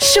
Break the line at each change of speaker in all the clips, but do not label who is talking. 是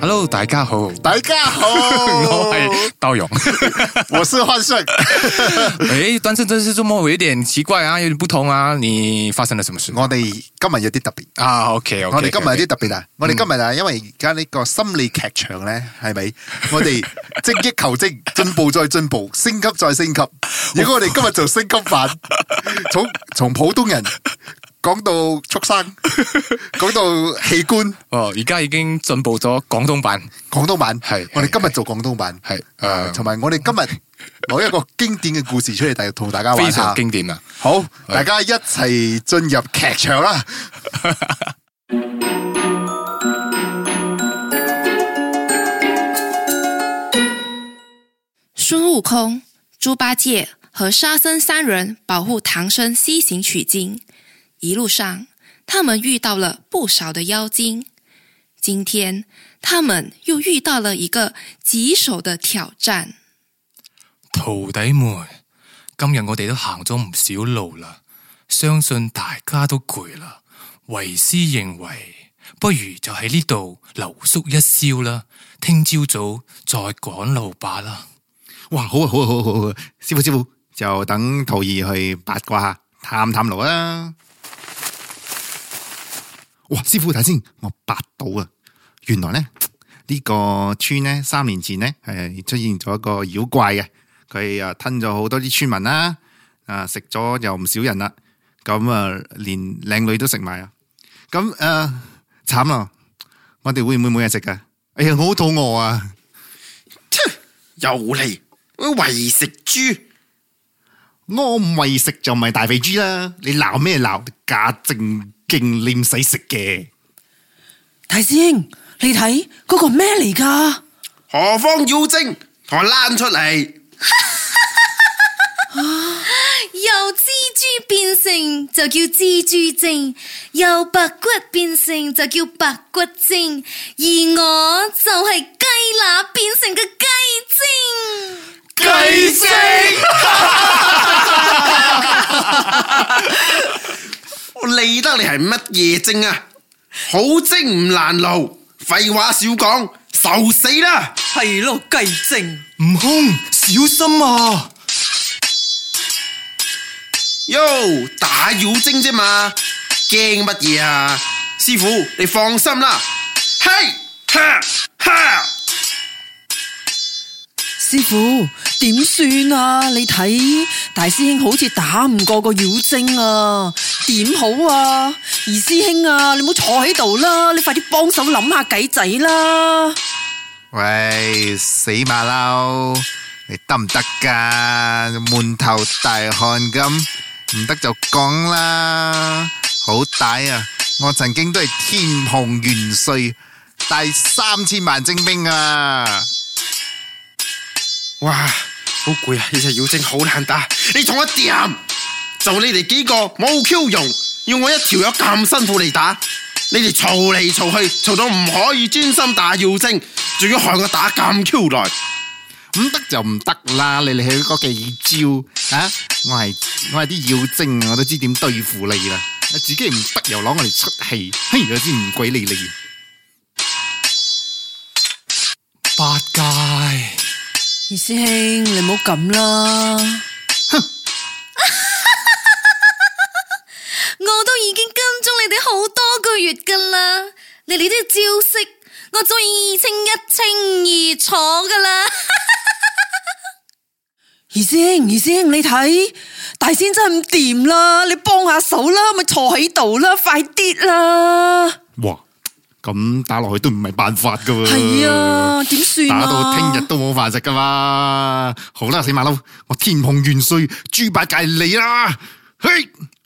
Hello，大家好，
大家好，
我系刀 勇。
我是幻胜。
诶，单身真是这么有一点奇怪啊，有点不同啊，你发生了什么事
我哋今日有啲特 別，
啊？OK，, o k
我哋今日有啲特別啊！我哋今日啊，因為而家呢個心理劇場咧，係咪？ 我哋精益求精，進步再進步，升級再升級。如果我哋今日就升級 版，從從普通人講到畜 生，講到器官，
哦，而家已經進步咗廣東版，
廣東版
係
我哋今
係
日做廣東版，
係
誒，
誒
同埋我哋今日攞一個經典嘅故事出嚟，大同大家玩
非
下
常。經典啊！
好，大家一齊進入劇場啦！
孙悟空、猪八戒和沙僧三人保护唐僧西行取经，一路上他们遇到了不少的妖精。今天他们又遇到了一个棘手的挑战。
徒弟們，今日我哋都行咗唔少路啦，相信大家都攰啦。為師認為，不如就喺呢度留宿一宵啦，聽朝早再趕路吧啦。
哇，好啊，好啊，好啊，好啊，師傅，師傅，就等徒兒去八卦下，探探路啊！哇，師傅睇先，我八到啊！原來咧呢、個村咧三年前咧係出現咗一個妖怪嘅，佢啊吞咗好多啲村民啦，啊食咗又唔少人啦，咁啊連靚女都食埋啊！咁誒慘啦，我哋會唔會冇嘢食噶？哎呀，我好肚餓啊！
又嚟，為食豬，
我唔喂食就唔系大肥豬啦，你鬧咩鬧？假正經你唔使食嘅，
大師兄，你睇嗰、個个咩嚟噶？
何方妖精，同我攋出嚟！
由蜘蛛變成就叫蜘蛛精，由白骨變成就叫白骨精，而我就係雞乸變成嘅雞精。
雞精，我理得你係乜嘢精啊？好精唔難勞，廢話少講，受死啦！
係咯，雞精。
悟空，小心啊！
哟，打妖精啫嘛，驚乜嘢啊？師傅，你放心啦。嘿，哈哈，
師傅點算啊？你睇大師兄好似打唔過個妖精啊，點好啊？二師兄啊，你唔好坐喺度啦，你快啲幫手諗下計仔啦！
喂死馬騮，你得唔得噶？滿頭大汗咁，唔得就講啦。好歹啊，我曾經都係天蓬元帥，帶三千萬精兵啊！
哇，好攰啊！呢隻妖精好難打，你同我掂，就你哋幾個冇 Q 用，要我一條友咁辛苦嚟打，你哋嘈嚟嘈去，嘈到唔可以專心打妖精，仲要害我打咁 Q 耐。
唔得就唔得啦，你嚟去嗰幾招啊！我係我係啲妖精，啊我都知點對付你啦。啊自己唔得又攞我嚟出氣，嘿，有啲唔鬼理你。
八戒。
二師兄，你唔好咁啦，
我都已經跟蹤你哋好多個月噶啦，你哋啲招式我早已一清一清二楚噶啦。
二師兄，二師兄，你睇大仙真係唔掂啦，你幫下手啦，咪坐喺度啦，快啲啦！
哇，咁打落去都唔係辦法噶喎。
係啊點算啊
打到聽日都冇飯食噶嘛。好啦，死馬騮，我天蓬元帥豬八戒你
啊
啦，嘿，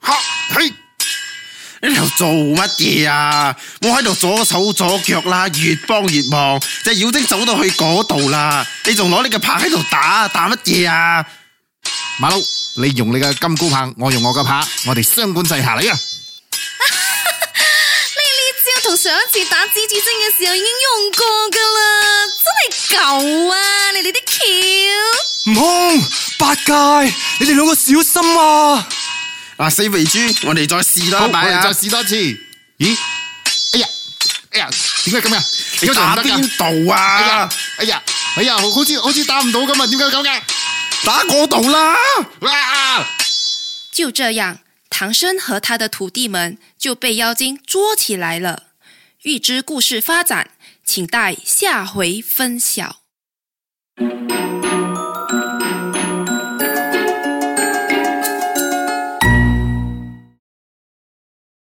嚇，嘿。
你喺度做乜嘢啊？我喺度左手左腳啦，越幫越忙，隻妖精走到去嗰度啦，你仲攞你嘅拍喺度打打乜嘢啊？
馬騮，你用你嘅金箍棒，我用我嘅棒，我哋雙管齊下嚟啊！
啊！同上一次打蜘蛛精嘅時候已經用過噶啦，真係舊啊！你哋啲橋，
悟空、八戒，你哋兩個小心啊！
嗱，死肥豬，我哋再試
好，
啦，
我
拜
哋
啊
再！試多次。咦？哎呀，哎呀，點解咁
啊
噶？
你
嗰度唔
打
得㗎
邊度
哎呀
À.
啊？，
哎呀，哎呀，好似好似打唔到咁啊？點解咁嘅？
打嗰度啦！
哇！
就这样，唐僧和他的徒弟们就被妖精捉起来了。欲知故事发展，请待下回分晓。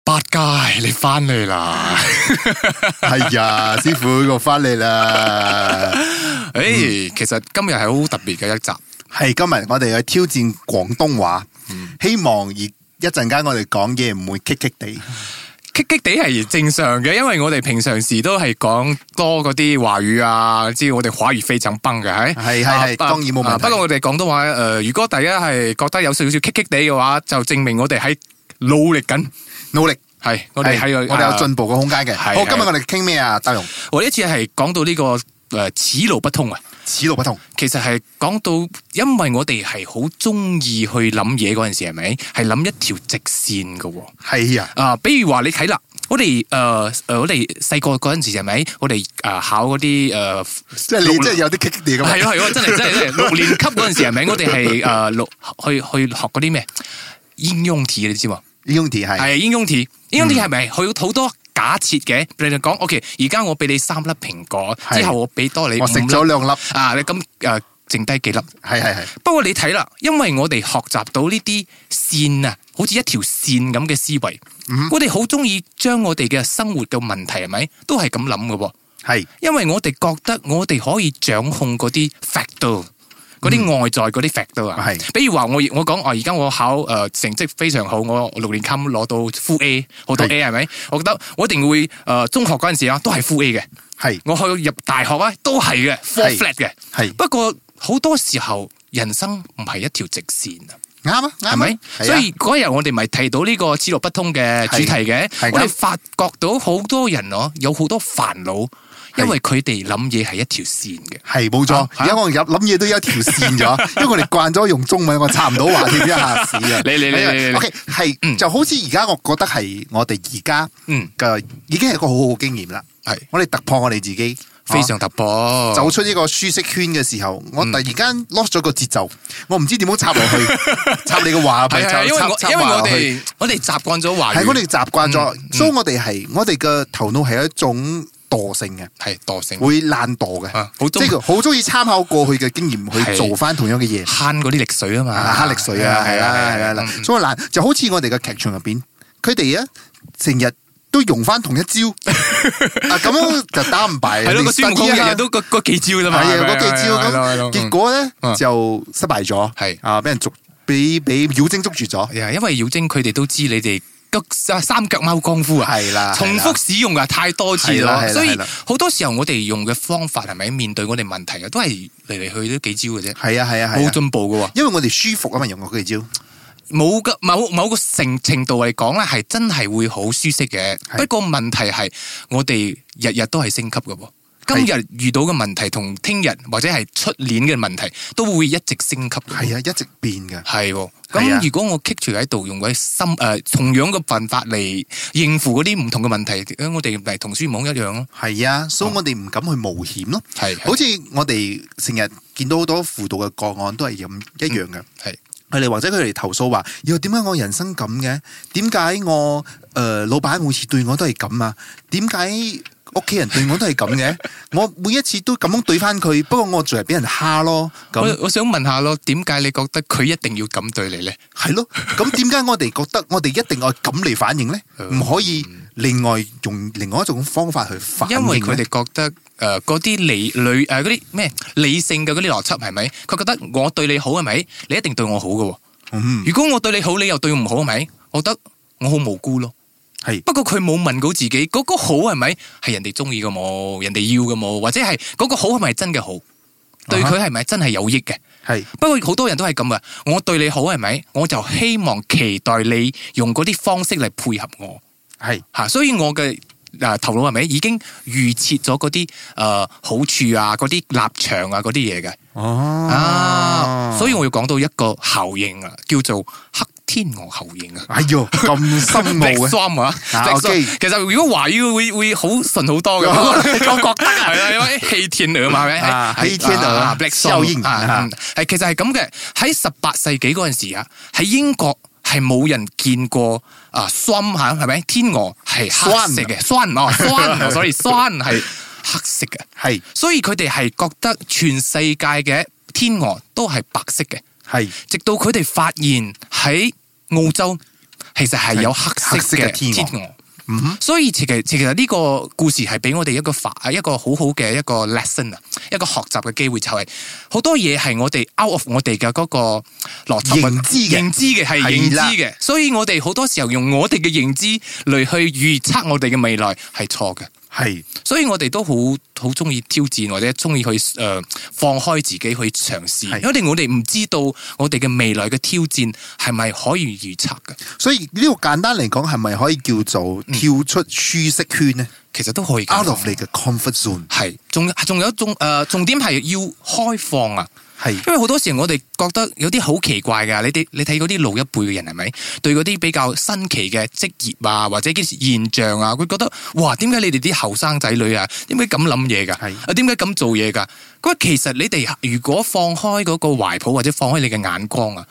八戒，你翻嚟 啦！
系啊，師傅我翻嚟啦。Ừ.
诶、其實今日係好特別嘅一集，
係今日我哋去挑戰廣東話，
Ừ.
希望而一陣間我哋講嘢唔會棘棘地。
棘棘地係正常嘅，因為我哋平常時都係講多嗰啲華語啊，知我哋華語非常崩嘅，係
係係係
啊
當然冇問題
啊不過我哋廣東話诶、呃如果大家係覺得有少少棘棘地嘅話，就證明我哋喺努力緊，
努力，
係我哋喺
係
個
我哋有
啊
進步嘅空間嘅。
係
好，
係
今日我哋傾咩啊？德容，
我呢次係講到呢、個个呃此路不通啊。
此路不同。
其實係講到，因為我哋係好中意去諗嘢嗰陣時，係咪係諗一條直線嘅喎、
係啊，
啊，比如話你睇啦，我哋誒誒，我哋細個嗰陣時係咪？我哋誒、呃考嗰啲誒，
即係你真係有啲棘棘地咁。啊
係咯係咯，真係真係 真係六年級嗰陣時係咪？我哋係誒六去去學嗰啲咩應用題，你知嘛？
Unity 係嗯
係應用題，應用題係咪佢好多假設嘅？你就講 OK，而家我俾你三粒蘋果，
係
之後我俾多你
我
五
食
粒
咗兩粒，
啊，你咁誒、呃剩低幾粒？
係係係。
不過你睇啦，因為我哋學習到呢啲線啊，好似一條線咁嘅思維，
嗯
我哋好中意將我哋嘅生活嘅問題係咪都係咁諗嘅喎？
係
因為我哋覺得我哋可以掌控嗰啲 factor。嗰啲外在嗰啲 factor 啊，
嗯係
比如話我我講哦，而家我考誒、呃成績非常好，我六年級攞到 full A，好多
係
A 係咪？我覺得我一定會誒、呃中學嗰陣時啊，都係 full A 嘅。
係
我去入大學啊，都係嘅 four
係
flat 嘅。
係
不過好多時候人生唔係一條直線啊。
啱啊，啱啊
係咪？
係啊
所以嗰日我哋咪提到呢個此路不通嘅主題嘅
係係，
我哋
啱
發覺到好多人哦，有好多煩惱，因為佢哋諗嘢係一條線嘅。
係冇錯
啊，
而家我入諗嘢都有一條 線咗，因為我哋慣咗用中文，我插唔到話添一下屎啊！
你你你你你
o k 係
嗯
就好似而家我覺得係我哋而家
嗯
嘅已經係一個好好嘅經驗啦。
係
我哋突破我哋自己，
非常突破，
啊走出呢個舒適圈嘅時候，我突然間 lost 咗個節奏，我唔知點樣插落去， 插你嘅話咪
係係，
就
因為
插
我
插
因為
話
我
落去。
哋我哋習慣咗華語，
係我哋習慣咗
嗯，嗯
所以我哋係我哋嘅頭腦係一種惰性嘅。
係惰性，
會懶惰嘅
啊，好
即
中
係好中意參考過去嘅經驗去
係
做翻同樣嘅嘢，
慳嗰啲力水啊嘛，
啊，黑力水啊，係啦係啦係
嗯
啦，所以懶就好似我哋嘅劇場入邊，佢哋啊成日都用翻同一 招，啊咁樣就打唔敗，
係咯，
你
個孫悟空
實
日
啲啊
日都嗰嗰幾招啫嘛，
係啊嗰
係
幾
係係
招咁，
係
結果咧
嗯
就失敗咗，
係
啊俾人捉，俾俾妖精捉住咗，
係啊因為妖精佢哋都知你哋急三腳貓功夫啊，
係啦，
重複使用啊，太多次
係啦係
啦，
啦
所以
係啦
好多時候我哋用嘅方法係咪面對我哋問題嘅，都係嚟嚟去去都幾招嘅啫，
係啊係啊係
冇
啊，
進步嘅喎，
因為我哋舒服啊嘛，用嗰幾招，
冇嘅某某個程程度嚟講咧，係真係會好舒適嘅。
係
不過問題係我哋日日都係升級嘅喎。今日遇到嘅問題同聽日或者係出年嘅問題都會一直升級嘅喎。
係啊一直變嘅，
係喎，
係啊
咁如果我 keep 住喺度用嗰啲心誒、呃同樣嘅辦法嚟應付嗰啲唔同嘅問題，咁我哋咪同孫悟空一樣咯。
係啊，所以我哋唔敢去冒險咯。
係係
好似我哋成日見到好多輔導嘅個案都係咁一樣嘅，
係
佢哋、或者佢哋投訴話：，又點解我人生咁嘅？點解我诶、呃老闆每次對我都係咁啊？點解屋企人對我都係咁嘅？我每一次都咁樣對翻佢，不過我仲係俾人蝦咯。咁
我我想問下咯，點解你覺得佢一定要咁對你咧？
係咯，咁點解我哋覺得我哋一定要咁嚟反應呢？唔可以另外用另外一種方法去反應呢？
因為佢哋覺得誒嗰啲理理誒嗰啲咩理性嘅嗰啲邏輯係咪？佢覺得我對你好係咪？你一定對我好嘅喎。
嗯
如果我對你好，你又對我唔好係咪？我覺得我好無辜咯。
係
不過佢冇問到自己嗰、個好係咪係人哋中意嘅冇，人哋要嘅冇，或者係嗰個好係咪真嘅好？對佢係咪真係有益嘅？
係
不過好多人都係咁啊！我對你好係咪？我就希望期待你用嗰啲方式嚟配合我
係
吓，所以我嘅誒頭腦係咪已經預設咗嗰啲誒好處啊、嗰啲立場啊、嗰啲嘢嘅？
哦
啊，所以我要講到一個效應啊，叫做黑天鵝效應啊。
哎哟，咁 深
白
奧嘅，
霜啊，
啊
白霜
OK
其實如果華語會會好順好多嘅，我覺得啊係啦，因為氣天鵝嘛，係咪？
啊
係
氣天鵝
啊，black swan
效應
啊
啊，
係其實係咁嘅。喺十八世紀嗰陣時啊，喺英國係冇人見過啊，swan 嚇係咪？天鵝係黑色嘅，swan 哦，swan 所以 swan 係黑色嘅。
係
所以佢哋係覺得全世界嘅天鵝都係白色嘅，
係
直到佢哋發現喺澳洲其實係有黑
黑
色
色
嘅
嘅
天
天鵝
鵝。
嗯
所以其實其實呢個故事係俾我哋一個法一個好好嘅一個 lesson 啊，一個學習嘅機會就係、好多嘢係我哋 out of 我哋嘅嗰個邏輯啊
認知嘅
認知嘅係
係
認知
啦
嘅，所以我哋好多時候用我哋嘅認知嚟去預測我哋嘅未來係錯嘅。
係
所以我哋都好好中意挑戰，或者中意去誒、呃放開自己去嘗試，
係
因為我哋唔知道我哋嘅未來嘅挑戰係咪可以預測嘅，
所以呢個簡單嚟講，係咪可以叫做跳出舒適圈咧
嗯其實都可以嘅。
？Out of 你嘅 comfort zone
係，仲仲有一種誒、呃重點係要開放啊！
係
因為好多時我哋覺得有啲好奇怪㗎，你哋你睇嗰啲老一輩嘅人係咪對嗰啲比較新奇嘅職業啊，或者啲現象啊，佢覺得哇，點解你哋啲後生仔女啊，點解咁諗嘢㗎？
係
啊，點解咁做嘢㗎？佢話其實你哋如果放開嗰個懷抱或者放開你嘅眼光啊，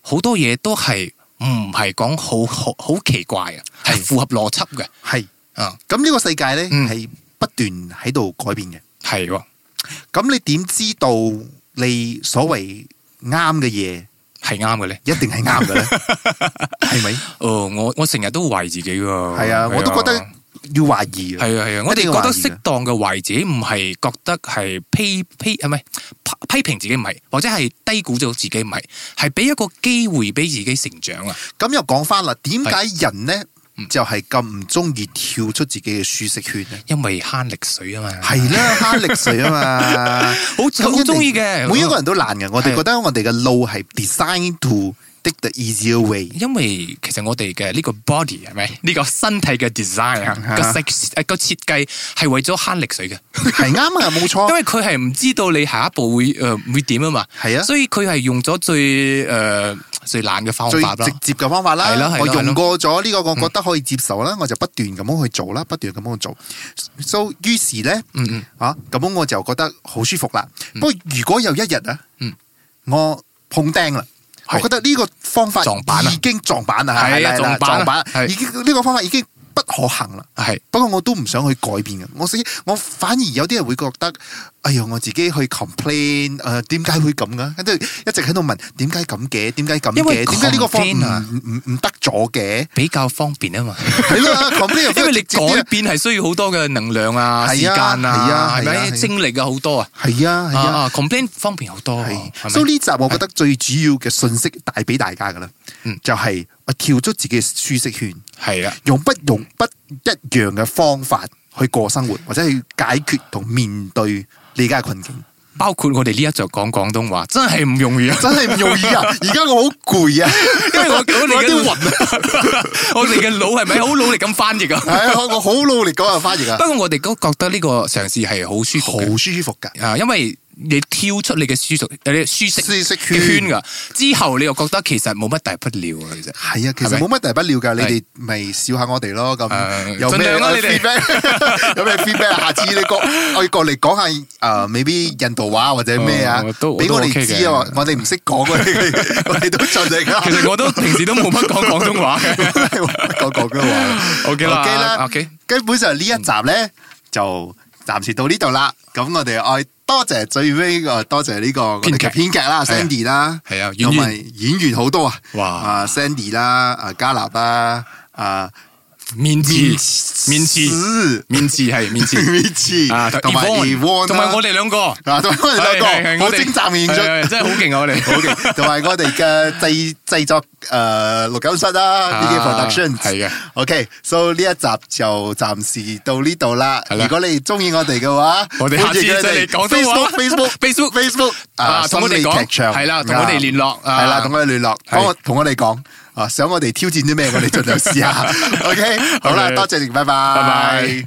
好多嘢都係唔係講好好好奇怪啊，係符合邏輯嘅
係。
啊，
咁呢個世界咧
嗯
係不斷喺度改變嘅。
係喎，
咁你點知道你所謂啱嘅嘢
係啱嘅咧。
一定係 啱嘅咧？係咪？
哦，我我成日都懷疑自己噶，
係啊，我都覺得要懷疑啊。
哦係啊係啊，我哋
一定要
覺得
懷疑嘅
適當嘅懷疑自己，唔係覺得係批批係咪批批評自己唔係，或者係低估咗自己唔係，係俾一個機會俾自己成長啊。
咁又講翻啦，點解人咧
嗯
就係咁唔中意跳出自己嘅舒適圈咧？
因為慳力水啊嘛，
係啦，慳力水啊嘛，
好好中意嘅
每一個人都難嘅，我
係
哋覺得我哋嘅路係 designed to take the easier way。
因為其實我哋嘅呢個 body 係 咪呢個身體嘅 design 啊
啊
個設個設計係為咗慳力水嘅。
係啱啊，冇錯
因。為佢係唔知道你下一步會誒會點啊嘛，
係啊
所以佢係用咗最誒最懶嘅方
最
法啦
直。接嘅方法啦
係啦係啦，
我
係啦嗯
用過咗呢個，我覺得可以接受啦，我就不斷咁樣去做啦，不斷咁樣去做。所以於是咧
嗯嗯，
啊，咁樣我就覺得好舒服啦。不過如果有一日啊
嗯，
我碰釘啦。
係
我覺得呢個方法
撞板啊
已經撞板啦，
係啊
係啦係啦
撞
撞
板啊係
板，已經呢個方法已經不可行啦。
係
不過我都唔想去改變嘅，我死我反而有啲人會覺得，哎呀，我自己去 complain，誒點解會咁噶？跟住一直喺度問點解咁嘅，點解咁
因
嘅，
為
點解呢個方
complain 啊
唔唔唔得咗嘅？
比較方便啊嘛。
係 啦，complain 又
因
比較
為你
直接啲
改
啊
變係需要好多嘅能量啊、
係啊
時間
係啊
係
係啊
咪
係啊
精力啊好多啊？
係啊係啊
啊，complain 方便好多啊，
係，
係
所以
咪？
呢集我覺得最主要嘅信息帶俾大家噶啦
嗯，
就係我跳出自己嘅舒適圈，
係啊啦，
用不用不一樣嘅方法去過生活，或者去解決同面對你而家嘅困境。
包括我哋呢一集講廣東話，真係唔容易啊！
真係唔容易啊！而家我好攰啊，
因為我我哋嘅
有啲
暈啊， 我哋嘅腦係咪好努力咁翻譯啊？
係啊，我我好努力講下翻譯
不
啊，
過我哋都覺得呢個嘗試係好舒服
好
嘅
舒服噶，
啊，因為你跳出你嘅舒適，你嘅舒
舒
適
適
嘅圈
圈
噶，之後你又覺得其實冇乜大不了啊，其實
係啊，其
係
實
咪
冇乜大不了噶，你
係
哋咪笑下我哋咯，
誒
咁有咩
盡量啦你哋
feedback，有咩 feedback 啊？下次你過我哋過嚟講下誒，未必印度話或者咩啊
哦都，
俾
都
我
OK
哋
嘅
知啊，我哋唔識講啊， 我哋都盡力啊。
其實我都平時都冇乜講廣東話嘅。
講講嘅話
OK 啦
OK 啦
OK
基本上呢一集咧就暫時到呢度啦。咁我哋愛多謝最尾個多謝呢個我哋嘅編劇
係啊
啦，Sandy 啦，
係啊演員
同埋演員好多啊，
哇
啊 Sandy 啦，啊加納啦，啊。
面子，面子，面子係面子
Mitch
啊，
同埋
Yvonne，
Evan
同埋我哋兩個，
啊，同埋我哋
係係
兩
係
個好
我哋
精湛嘅演出
係。係真係好勁啊！我哋
好 嘅，同埋我哋嘅製製作誒錄音室啦
啊
呢啲 production
係嘅。
OK，so 呢一集就暫時到呢度啦。
係啦
如果你中意我哋嘅話，
我哋下次再嚟廣東話
Facebook
Facebook
Facebook Facebook
啊同我哋
心理
講
劇場
係啦同我哋聯絡啊
係啦，同我哋聯絡，
係
幫我同我哋講啊，想我哋挑戰啲咩，我哋盡量試下。OK，好啦，
OK
多謝你，拜拜，
拜拜。